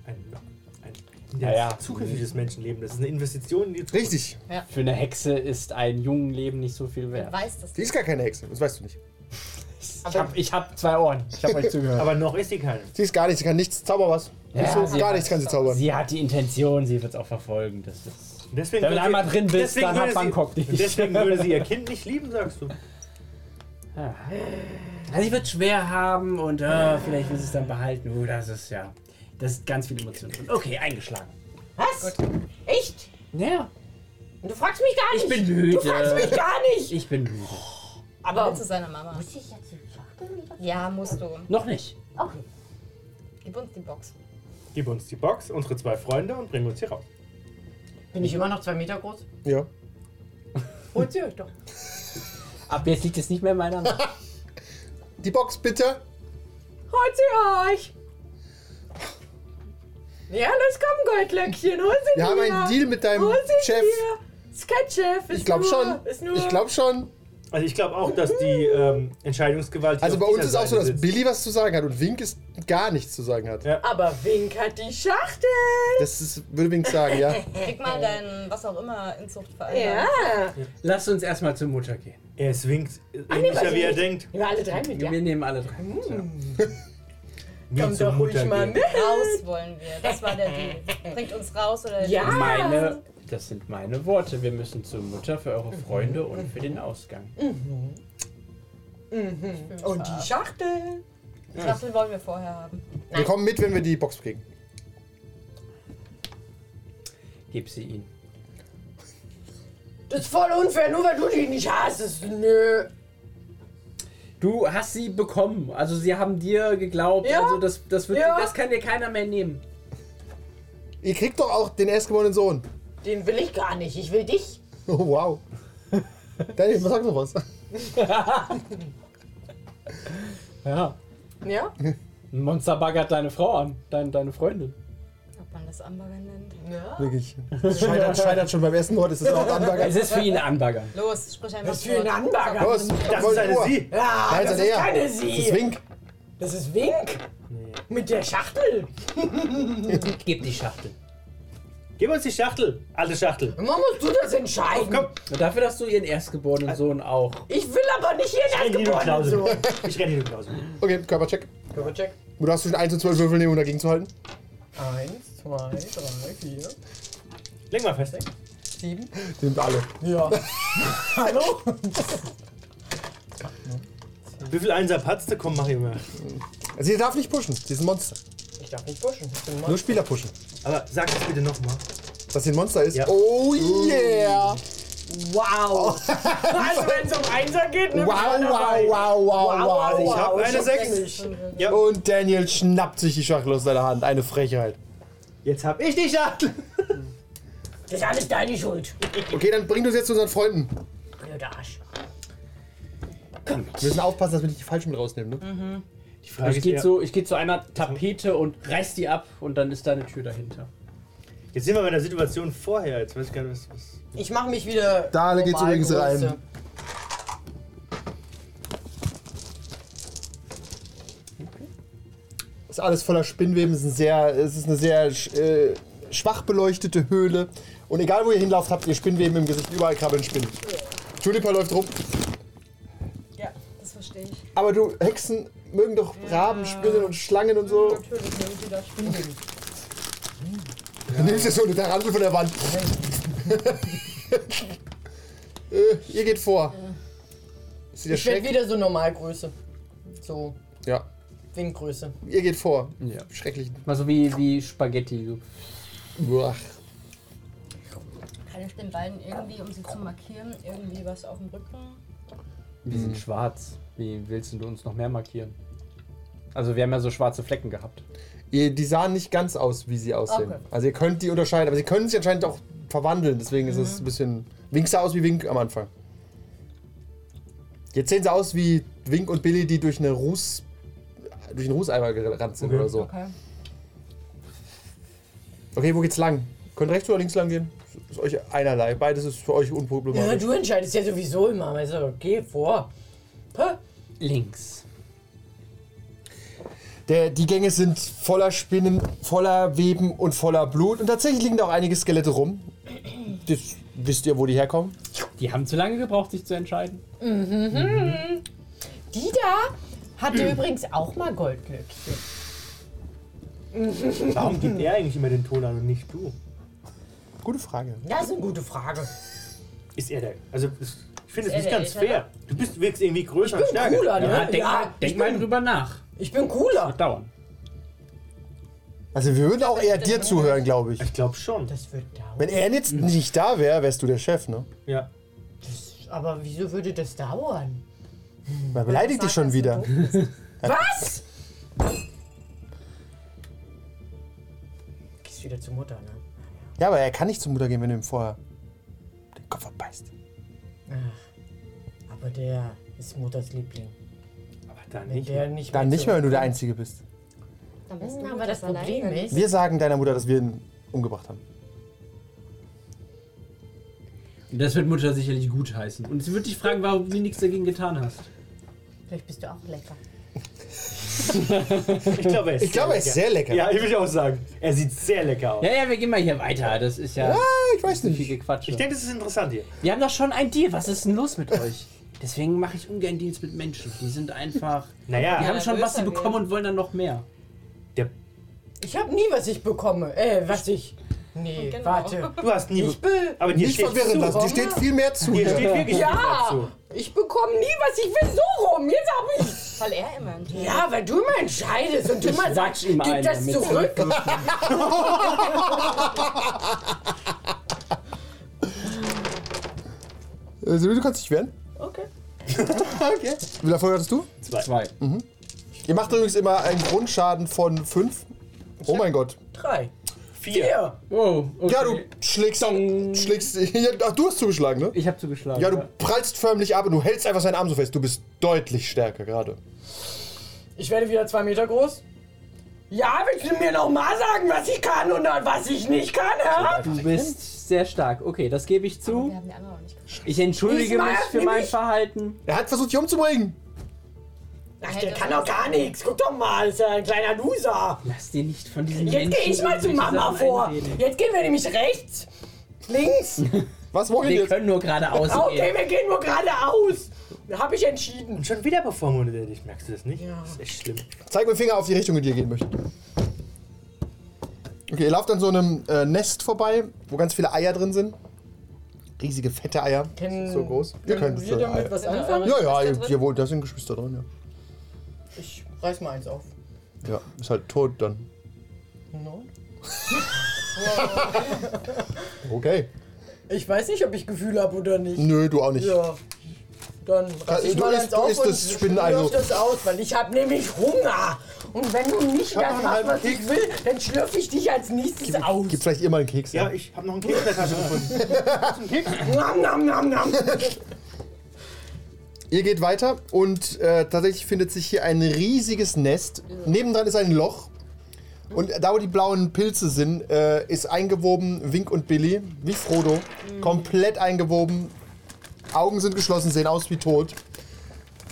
[SPEAKER 7] Ein, ein in der
[SPEAKER 5] Ja, ja.
[SPEAKER 7] zukünftiges Menschenleben. Das ist eine Investition in die Zukunft.
[SPEAKER 2] Richtig.
[SPEAKER 5] Für eine Hexe ist ein jungen Leben nicht so viel
[SPEAKER 3] Wer
[SPEAKER 5] wert.
[SPEAKER 3] weiß das
[SPEAKER 2] Die
[SPEAKER 3] nicht?
[SPEAKER 2] ist gar keine Hexe. Das weißt du nicht.
[SPEAKER 5] Ich habe ich hab zwei Ohren. Ich habe euch zugehört.
[SPEAKER 7] Aber noch ist sie keine.
[SPEAKER 2] Sie ist gar nichts. Sie kann nichts. Zauber was.
[SPEAKER 5] Ja,
[SPEAKER 2] so,
[SPEAKER 5] sie
[SPEAKER 2] gar
[SPEAKER 5] hat-
[SPEAKER 2] nichts kann sie zaubern.
[SPEAKER 5] Sie hat die Intention, sie wird es auch verfolgen. Das ist
[SPEAKER 7] Und Deswegen
[SPEAKER 5] Wenn du
[SPEAKER 7] würde
[SPEAKER 5] einmal drin bist,
[SPEAKER 7] deswegen
[SPEAKER 5] dann hat
[SPEAKER 7] würde sie-
[SPEAKER 5] Bangkok dich.
[SPEAKER 7] und Deswegen würde sie ihr Kind nicht lieben, sagst du.
[SPEAKER 5] also sie wird schwer haben und äh, vielleicht will sie es dann behalten. Oh, das ist ja. Das ist ganz viel Emotionen. drin. Okay, eingeschlagen.
[SPEAKER 6] Was? Echt?
[SPEAKER 5] Ja,
[SPEAKER 6] Und du fragst mich gar nicht.
[SPEAKER 5] ich bin
[SPEAKER 6] Du fragst mich
[SPEAKER 5] müde.
[SPEAKER 6] gar nicht.
[SPEAKER 5] Ich bin müde.
[SPEAKER 6] Aber.
[SPEAKER 3] Zu seiner Mama.
[SPEAKER 6] Muss ich jetzt die Schachtel wieder?
[SPEAKER 3] Ja, musst du.
[SPEAKER 5] Noch nicht.
[SPEAKER 6] Okay.
[SPEAKER 3] Gib uns die Box.
[SPEAKER 7] Gib uns die Box, unsere zwei Freunde und bring uns hier raus.
[SPEAKER 6] Bin ich immer noch zwei Meter groß?
[SPEAKER 2] Ja.
[SPEAKER 6] Holt sie euch doch.
[SPEAKER 5] Ab jetzt liegt es nicht mehr in meiner Hand.
[SPEAKER 2] Die Box bitte.
[SPEAKER 6] Holt sie euch! Ja, los komm, Goldlöckchen, hol sie
[SPEAKER 2] Wir haben
[SPEAKER 6] mir.
[SPEAKER 2] einen Deal mit deinem
[SPEAKER 6] hol sie
[SPEAKER 2] Chef.
[SPEAKER 6] Mir. Ist kein Chef, ist
[SPEAKER 2] Ich glaube
[SPEAKER 6] nur,
[SPEAKER 2] schon.
[SPEAKER 6] Ist nur
[SPEAKER 2] Ich glaube schon.
[SPEAKER 7] Also ich glaube auch, dass die ähm, Entscheidungsgewalt hier
[SPEAKER 2] Also
[SPEAKER 7] auf
[SPEAKER 2] bei uns
[SPEAKER 7] dieser
[SPEAKER 2] ist auch so,
[SPEAKER 7] Seite
[SPEAKER 2] dass
[SPEAKER 7] sitzt.
[SPEAKER 2] Billy was zu sagen hat und Wink ist gar nichts zu sagen hat.
[SPEAKER 7] Ja.
[SPEAKER 6] aber Wink hat die Schachtel!
[SPEAKER 2] Das ist, würde Wink sagen, ja.
[SPEAKER 3] Krieg mal deinen, was auch immer, Inzuchtverein.
[SPEAKER 6] Ja!
[SPEAKER 5] Lass uns erstmal zur Mutter gehen.
[SPEAKER 7] Er swingt
[SPEAKER 6] nee,
[SPEAKER 7] ähnlicher,
[SPEAKER 6] weil
[SPEAKER 7] wie
[SPEAKER 6] sie-
[SPEAKER 7] er denkt.
[SPEAKER 6] Wir alle drei mit, ja?
[SPEAKER 5] Wir nehmen alle drei. mit, Ja.
[SPEAKER 7] Wie
[SPEAKER 6] Komm
[SPEAKER 7] zur
[SPEAKER 6] doch ruhig
[SPEAKER 7] Mutter
[SPEAKER 6] mal
[SPEAKER 7] gehen.
[SPEAKER 6] mit!
[SPEAKER 3] Raus wollen wir. Das war der Deal. Bringt uns raus oder
[SPEAKER 6] Ja!
[SPEAKER 5] Meine, das sind meine Worte. Wir müssen zur Mutter für eure Freunde und für den Ausgang.
[SPEAKER 6] Und die Schachtel!
[SPEAKER 3] die Schachtel wollen wir vorher haben.
[SPEAKER 2] Wir kommen mit, wenn wir die Box kriegen.
[SPEAKER 5] Gib sie ihm.
[SPEAKER 6] Das ist voll unfair, nur weil du die nicht hast. Ist, nö.
[SPEAKER 5] Du hast sie bekommen. Also sie haben dir geglaubt.
[SPEAKER 6] Ja.
[SPEAKER 5] Also das, das, wird,
[SPEAKER 6] Ja.
[SPEAKER 5] das kann dir keiner mehr nehmen.
[SPEAKER 2] Ihr kriegt doch auch den erstgeborenen Sohn.
[SPEAKER 6] Den will ich gar nicht, ich will dich.
[SPEAKER 2] Oh, wow. Daniel, sag doch was.
[SPEAKER 5] Ja.
[SPEAKER 6] Ja?
[SPEAKER 5] Ein Monster baggert deine Frau an. Dein, deine Freundin.
[SPEAKER 3] Ob man das Amberger nennt.
[SPEAKER 6] ja.
[SPEAKER 2] Wirklich. Das scheitert, scheitert schon beim ersten Wort. Es ist auch Anbagger.
[SPEAKER 5] Es ist für ihn anbaggern.
[SPEAKER 3] Los, sprich einfach.
[SPEAKER 6] Was für ein Anbagger!
[SPEAKER 2] Los,
[SPEAKER 7] Das ist eine Sie.
[SPEAKER 6] Ja,
[SPEAKER 2] Nein,
[SPEAKER 6] das
[SPEAKER 2] seid
[SPEAKER 6] ist
[SPEAKER 2] ihr.
[SPEAKER 6] keine
[SPEAKER 2] Das ist
[SPEAKER 6] Sie!
[SPEAKER 2] Wink.
[SPEAKER 6] Das ist Wink! Mit der Schachtel!
[SPEAKER 5] Gib die Schachtel.
[SPEAKER 7] Gib uns die Schachtel. Alle Schachtel.
[SPEAKER 6] Immer musst du das entscheiden.
[SPEAKER 7] Komm.
[SPEAKER 5] Und dafür, dass du ihren erstgeborenen Sohn auch.
[SPEAKER 6] Ich will aber nicht hier
[SPEAKER 7] Ich renne die
[SPEAKER 6] nachgeboren. So.
[SPEAKER 7] Klausel. Ich renne die Klausel.
[SPEAKER 2] Okay, Körpercheck.
[SPEAKER 6] Check.
[SPEAKER 2] Du darfst zwischen 1 und 12 Würfeln nehmen, um dagegen zu halten.
[SPEAKER 6] Eins, zwei, drei, vier,
[SPEAKER 7] Leg mal fest.
[SPEAKER 6] sieben.
[SPEAKER 2] Die nimmt alle.
[SPEAKER 6] Ja. Hallo?
[SPEAKER 7] Wie viel Einser patzte? Komm, mach ich mal.
[SPEAKER 2] Also, sie darf nicht pushen. Sie ist ein Monster.
[SPEAKER 6] Ich darf nicht pushen. Ich bin
[SPEAKER 2] Nur Spieler pushen.
[SPEAKER 7] Aber sag das bitte nochmal.
[SPEAKER 2] Dass sie ein Monster ist.
[SPEAKER 7] Ja.
[SPEAKER 2] Oh yeah.
[SPEAKER 6] wow. Oh. also wenn es um Einser geht, ne?
[SPEAKER 2] Wow, wow, wow, wow, wow.
[SPEAKER 6] wow,
[SPEAKER 7] Ich hab
[SPEAKER 6] ne? wow,
[SPEAKER 7] eine
[SPEAKER 6] ist
[SPEAKER 7] Sechs.
[SPEAKER 6] schrecklich.
[SPEAKER 2] Und Daniel schnappt sich die Schachtel aus deiner Hand. Eine Frechheit.
[SPEAKER 7] Jetzt hab ich die Schachtel.
[SPEAKER 6] Das ist alles deine Schuld.
[SPEAKER 2] Okay, dann bring du es jetzt zu unseren Freunden.
[SPEAKER 6] Blöder Arsch.
[SPEAKER 2] Wir müssen aufpassen, dass wir nicht die falschen mit rausnehmen, ne?
[SPEAKER 7] Die Frage
[SPEAKER 5] Ich
[SPEAKER 7] ist
[SPEAKER 5] gehe
[SPEAKER 7] eher-
[SPEAKER 5] zu, ich geh Also- zu einer Tapete und reiß die ab und dann ist da eine Tür dahinter.
[SPEAKER 7] Jetzt sind wir bei der Situation vorher. Jetzt weiß ich gar nicht, was. was
[SPEAKER 6] Ich mach mich wieder.
[SPEAKER 2] Da alle geht's
[SPEAKER 6] normal
[SPEAKER 2] übrigens
[SPEAKER 6] Größe.
[SPEAKER 2] rein. Ist alles voller Spinnweben. Ist ein sehr, es ist eine sehr sch- äh, schwach beleuchtete Höhle. Und egal, wo ihr hinlauft, habt ihr Spinnweben im Gesicht. Überall krabbeln Spinnen. Tulipa läuft rum.
[SPEAKER 3] Ja, das verstehe ich.
[SPEAKER 2] Aber du, Hexen mögen doch Raben, Spinnen und Schlangen und so.
[SPEAKER 3] Natürlich, wenn die da spielen.
[SPEAKER 2] Du nimmst dir so eine Tarantel von der Wand. äh, ihr geht vor. Ist wieder
[SPEAKER 6] Ich werd
[SPEAKER 2] schrecklich.
[SPEAKER 6] wieder so Normalgröße. So
[SPEAKER 2] Ja,
[SPEAKER 6] Windgröße.
[SPEAKER 2] ihr geht vor. Ja. Schrecklich.
[SPEAKER 5] Mal so wie, wie Spaghetti. so.
[SPEAKER 2] Uah.
[SPEAKER 3] Kann ich den beiden irgendwie, um sie zu markieren, irgendwie was auf dem Rücken?
[SPEAKER 5] Wir sind schwarz. Wie willst du uns noch mehr markieren? Also wir haben ja so schwarze Flecken gehabt.
[SPEAKER 2] Ihr, die sahen nicht ganz aus, wie sie aussehen.
[SPEAKER 3] Okay.
[SPEAKER 2] Also ihr könnt die unterscheiden, aber sie können sich anscheinend auch verwandeln. Deswegen ist es ein bisschen... Wink sah aus wie Wink am Anfang. Jetzt sehen sie aus wie Wink und Billy, die durch eine Ruß... durch einen Rußeimer gerannt sind
[SPEAKER 7] Okay.
[SPEAKER 2] oder so.
[SPEAKER 3] Okay.
[SPEAKER 2] Okay, wo geht's lang? Könnt rechts oder links lang gehen? Ist euch einerlei. Beides ist für euch
[SPEAKER 6] Ja,
[SPEAKER 2] unproblematisch.
[SPEAKER 6] du entscheidest ja sowieso immer. Also, geh vor. Hä?
[SPEAKER 5] Links.
[SPEAKER 2] Der, die Gänge sind voller Spinnen, voller Weben und voller Blut. Und tatsächlich liegen da auch einige Skelette rum. Das wisst ihr, wo die herkommen?
[SPEAKER 5] Die haben zu lange gebraucht, sich zu entscheiden.
[SPEAKER 6] Die da hatte übrigens auch mal Goldglöckchen.
[SPEAKER 7] Warum gibt er eigentlich immer den Ton an und nicht du?
[SPEAKER 2] Gute Frage. ne?
[SPEAKER 6] Das ist eine gute Frage.
[SPEAKER 7] Ist er der? Also, ist, ich finde
[SPEAKER 3] Ist
[SPEAKER 7] es
[SPEAKER 3] er
[SPEAKER 7] nicht
[SPEAKER 3] der
[SPEAKER 7] ganz
[SPEAKER 3] Ältere?
[SPEAKER 7] fair. Du bist, wirkst irgendwie größer und
[SPEAKER 6] Ich bin
[SPEAKER 7] stärker.
[SPEAKER 6] cooler, ne?
[SPEAKER 5] Ja, denk
[SPEAKER 6] Ja,
[SPEAKER 5] mal, denk
[SPEAKER 6] ich
[SPEAKER 5] mal
[SPEAKER 6] bin-
[SPEAKER 5] drüber nach.
[SPEAKER 6] Ich bin cooler.
[SPEAKER 5] Wird dauern.
[SPEAKER 2] Also wir würden auch eher dir zuhören, glaube ich.
[SPEAKER 7] Ich glaube schon.
[SPEAKER 6] Das wird dauern.
[SPEAKER 2] Wenn er jetzt nicht da wäre, wärst du der Chef, ne?
[SPEAKER 7] Ja.
[SPEAKER 6] Das, aber wieso würde das dauern?
[SPEAKER 2] Man beleidigt dich schon wieder.
[SPEAKER 6] Was? Gehst wieder zur Mutter, ne?
[SPEAKER 2] Ja, aber er kann nicht zur Mutter gehen, wenn du ihm vorher den Kopf abbeißt.
[SPEAKER 6] Aber der ist Mutters Liebling.
[SPEAKER 7] Aber dann
[SPEAKER 6] Wenn
[SPEAKER 7] nicht.
[SPEAKER 6] der nicht
[SPEAKER 2] Dann
[SPEAKER 6] mehr
[SPEAKER 2] nicht mehr, wenn du der Einzige bist.
[SPEAKER 3] Dann bist du
[SPEAKER 6] Aber das Problem
[SPEAKER 3] alleine.
[SPEAKER 6] ist,
[SPEAKER 2] Wir sagen deiner Mutter, dass wir ihn umgebracht haben.
[SPEAKER 5] Und das wird Mutter sicherlich gut heißen. Und sie wird dich fragen, warum du nichts dagegen getan hast.
[SPEAKER 6] vielleicht bist du auch lecker.
[SPEAKER 7] Ich glaube, er ist,
[SPEAKER 2] Ich glaube, er ist sehr lecker.
[SPEAKER 7] Ja, ich würde auch sagen. Er sieht sehr lecker aus.
[SPEAKER 5] Ja, ja, wir gehen mal hier weiter. Das ist ja
[SPEAKER 2] Ah, ich weiß
[SPEAKER 5] viel
[SPEAKER 2] nicht.
[SPEAKER 5] Gequatsch.
[SPEAKER 7] Ich denke, das ist interessant hier.
[SPEAKER 5] Wir haben doch schon einen Deal. Was ist denn los mit euch? Deswegen mache ich ungern Deals mit Menschen. Die sind einfach. Die
[SPEAKER 7] Naja,
[SPEAKER 5] haben schon was sie
[SPEAKER 3] nervöser
[SPEAKER 5] bekommen und wollen dann noch mehr.
[SPEAKER 7] der,
[SPEAKER 6] Ich habe nie, was ich bekomme. Äh, was ich. Nee,
[SPEAKER 3] Genau.
[SPEAKER 6] warte.
[SPEAKER 7] du hast nie.
[SPEAKER 6] Ich be
[SPEAKER 7] aber dir
[SPEAKER 2] Nicht
[SPEAKER 7] steht
[SPEAKER 2] verwirren lassen, dir
[SPEAKER 6] warum?
[SPEAKER 2] steht viel mehr zu.
[SPEAKER 7] Hier steht
[SPEAKER 2] Ja.
[SPEAKER 7] wirklich
[SPEAKER 6] Ja!
[SPEAKER 7] viel dazu.
[SPEAKER 6] Ich bekomme nie, was ich will, so rum. Jetzt hab ich.
[SPEAKER 3] Weil er immer entscheidet.
[SPEAKER 6] Ja, weil du immer entscheidest und du immer
[SPEAKER 5] Ich
[SPEAKER 6] sagst,
[SPEAKER 5] watsch ihm
[SPEAKER 6] gib
[SPEAKER 5] einen
[SPEAKER 6] das
[SPEAKER 5] mit
[SPEAKER 6] zurück.
[SPEAKER 2] Äh, Silvio, du kannst dich wehren.
[SPEAKER 6] Okay.
[SPEAKER 2] Okay. Wie viel Erfolg hattest du?
[SPEAKER 5] Zwei.
[SPEAKER 2] Mhm. Ihr macht übrigens immer einen Grundschaden von 5. Oh mein Gott.
[SPEAKER 6] Drei.
[SPEAKER 7] Vier.
[SPEAKER 6] Vier.
[SPEAKER 5] Oh, okay.
[SPEAKER 2] Ja, du schlägst. schlägst ja, ach, du hast zugeschlagen, ne?
[SPEAKER 5] Ich habe zugeschlagen.
[SPEAKER 2] Ja, du prallst förmlich ab und du hältst einfach seinen Arm so fest. Du bist deutlich stärker gerade.
[SPEAKER 6] Ich werde wieder zwei Meter groß. Ja, willst du mir nochmal sagen, was ich kann und was ich nicht kann, hä?
[SPEAKER 5] Du bist sehr stark. Okay, das gebe ich
[SPEAKER 3] Wir
[SPEAKER 5] zu.
[SPEAKER 3] haben die anderen auch nicht geschafft.
[SPEAKER 5] Ich entschuldige
[SPEAKER 6] Diesmal
[SPEAKER 5] mich für
[SPEAKER 6] bin
[SPEAKER 5] mein
[SPEAKER 6] ich-
[SPEAKER 5] Verhalten.
[SPEAKER 2] Er hat versucht, dich umzubringen.
[SPEAKER 6] Ach, der kann doch gar nichts. Guck doch mal, ist ja ein kleiner Loser.
[SPEAKER 5] Lass dir nicht von diesen
[SPEAKER 6] Jetzt
[SPEAKER 5] Menschen
[SPEAKER 6] gehe ich mal zu
[SPEAKER 5] irgendwelche
[SPEAKER 6] Mama
[SPEAKER 5] Sachen
[SPEAKER 6] vor.
[SPEAKER 5] einreden.
[SPEAKER 6] Jetzt gehen wir nämlich rechts, links.
[SPEAKER 2] Was wollen
[SPEAKER 5] Wir
[SPEAKER 2] jetzt?
[SPEAKER 5] können nur geradeaus
[SPEAKER 6] Okay,
[SPEAKER 5] gehen.
[SPEAKER 6] wir gehen nur geradeaus. Hab ich entschieden.
[SPEAKER 7] Und schon wieder bevormundet er dich. Merkst du das nicht? Ja. Das ist echt schlimm.
[SPEAKER 2] Zeig mir den Finger auf die Richtung, in die ihr gehen möchtet. Okay, ihr lauft an so einem äh, Nest vorbei, wo ganz viele Eier drin sind. Riesige, fette Eier.
[SPEAKER 6] Kennen-
[SPEAKER 2] so groß. Ihr könnt
[SPEAKER 6] Können
[SPEAKER 2] es
[SPEAKER 6] wir
[SPEAKER 2] schon.
[SPEAKER 6] damit
[SPEAKER 2] Eier.
[SPEAKER 6] was anfangen?
[SPEAKER 2] Ja, ja, ihr, ihr wohnt, da sind Geschwister drin, ja.
[SPEAKER 6] Ich reiß mal eins auf.
[SPEAKER 2] Ja, ist halt tot dann.
[SPEAKER 6] No.
[SPEAKER 2] Okay.
[SPEAKER 6] Ich weiß nicht, ob ich Gefühle habe oder nicht.
[SPEAKER 2] Nö, du auch nicht.
[SPEAKER 6] Ja. Dann reiß ich
[SPEAKER 2] du
[SPEAKER 6] mal
[SPEAKER 2] isst-
[SPEAKER 6] eins
[SPEAKER 2] du
[SPEAKER 6] auf
[SPEAKER 2] isst
[SPEAKER 6] und
[SPEAKER 2] das Spinnenei
[SPEAKER 6] schlürf
[SPEAKER 2] so.
[SPEAKER 6] das aus, weil ich habe nämlich Hunger. Und wenn du nicht
[SPEAKER 2] hab
[SPEAKER 6] das
[SPEAKER 2] einen
[SPEAKER 6] machst,
[SPEAKER 2] halben
[SPEAKER 6] was ich
[SPEAKER 2] Keks.
[SPEAKER 6] will, dann schlürfe ich dich als nächstes aus.
[SPEAKER 2] Gibt vielleicht immer einen Keks.
[SPEAKER 7] Ja, ich habe noch einen Keks in der Tasche gefunden.
[SPEAKER 6] Nam, nam, nam, nam.
[SPEAKER 2] Ihr geht weiter und äh, tatsächlich findet sich hier ein riesiges Nest. Nebendran ist ein Loch. Und da, wo die blauen Pilze sind, äh, ist eingewoben Wink und Billy, wie Frodo. Komplett eingewoben. Augen sind geschlossen, sehen aus wie tot.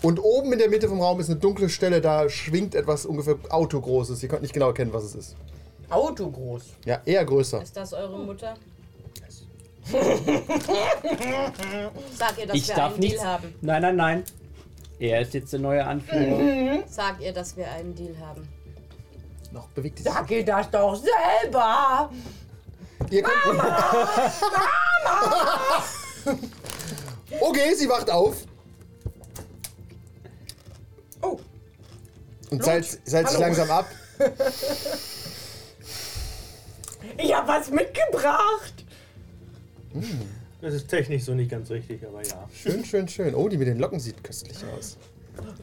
[SPEAKER 2] Und oben in der Mitte vom Raum ist eine dunkle Stelle, da schwingt etwas ungefähr autogroßes. Ihr könnt nicht genau erkennen, was es ist.
[SPEAKER 6] Auto groß.
[SPEAKER 2] Ja, eher größer.
[SPEAKER 3] Ist das eure Mutter? Sag ihr, dass
[SPEAKER 5] Ich
[SPEAKER 3] wir
[SPEAKER 5] darf
[SPEAKER 3] einen
[SPEAKER 5] nichts.
[SPEAKER 3] Deal haben.
[SPEAKER 5] Nein, nein, nein. Er ist jetzt der neue Anführer.
[SPEAKER 3] Sag ihr, dass wir einen Deal haben.
[SPEAKER 2] Noch bewegt es.
[SPEAKER 6] Sag ihr das doch selber.
[SPEAKER 2] Ihr könnt okay, sie wacht auf.
[SPEAKER 6] Oh.
[SPEAKER 2] Und salzt salz sich
[SPEAKER 6] Hallo.
[SPEAKER 2] langsam ab.
[SPEAKER 6] Ich hab was mitgebracht.
[SPEAKER 7] Das ist technisch so nicht ganz richtig, aber ja.
[SPEAKER 2] Schön, schön, schön. Oh, die mit den Locken sieht köstlich aus.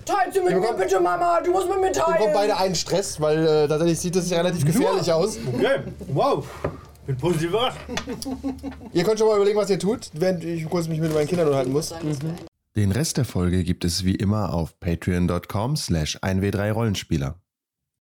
[SPEAKER 6] Teilt sie mit mir,
[SPEAKER 2] bekommt-
[SPEAKER 6] bitte, Mama. Du musst mit mir
[SPEAKER 2] Wir bekommen beide
[SPEAKER 6] teilen.
[SPEAKER 2] einen Stress, weil äh, tatsächlich sieht das relativ gefährlich aus.
[SPEAKER 7] Okay, wow. Bin positiv überrascht.
[SPEAKER 2] Ihr könnt schon mal überlegen, was ihr tut, während ich kurz mich mit meinen Kindern unterhalten muss.
[SPEAKER 1] Den Rest der Folge gibt es wie immer auf patreon.com slash 1w3rollenspieler.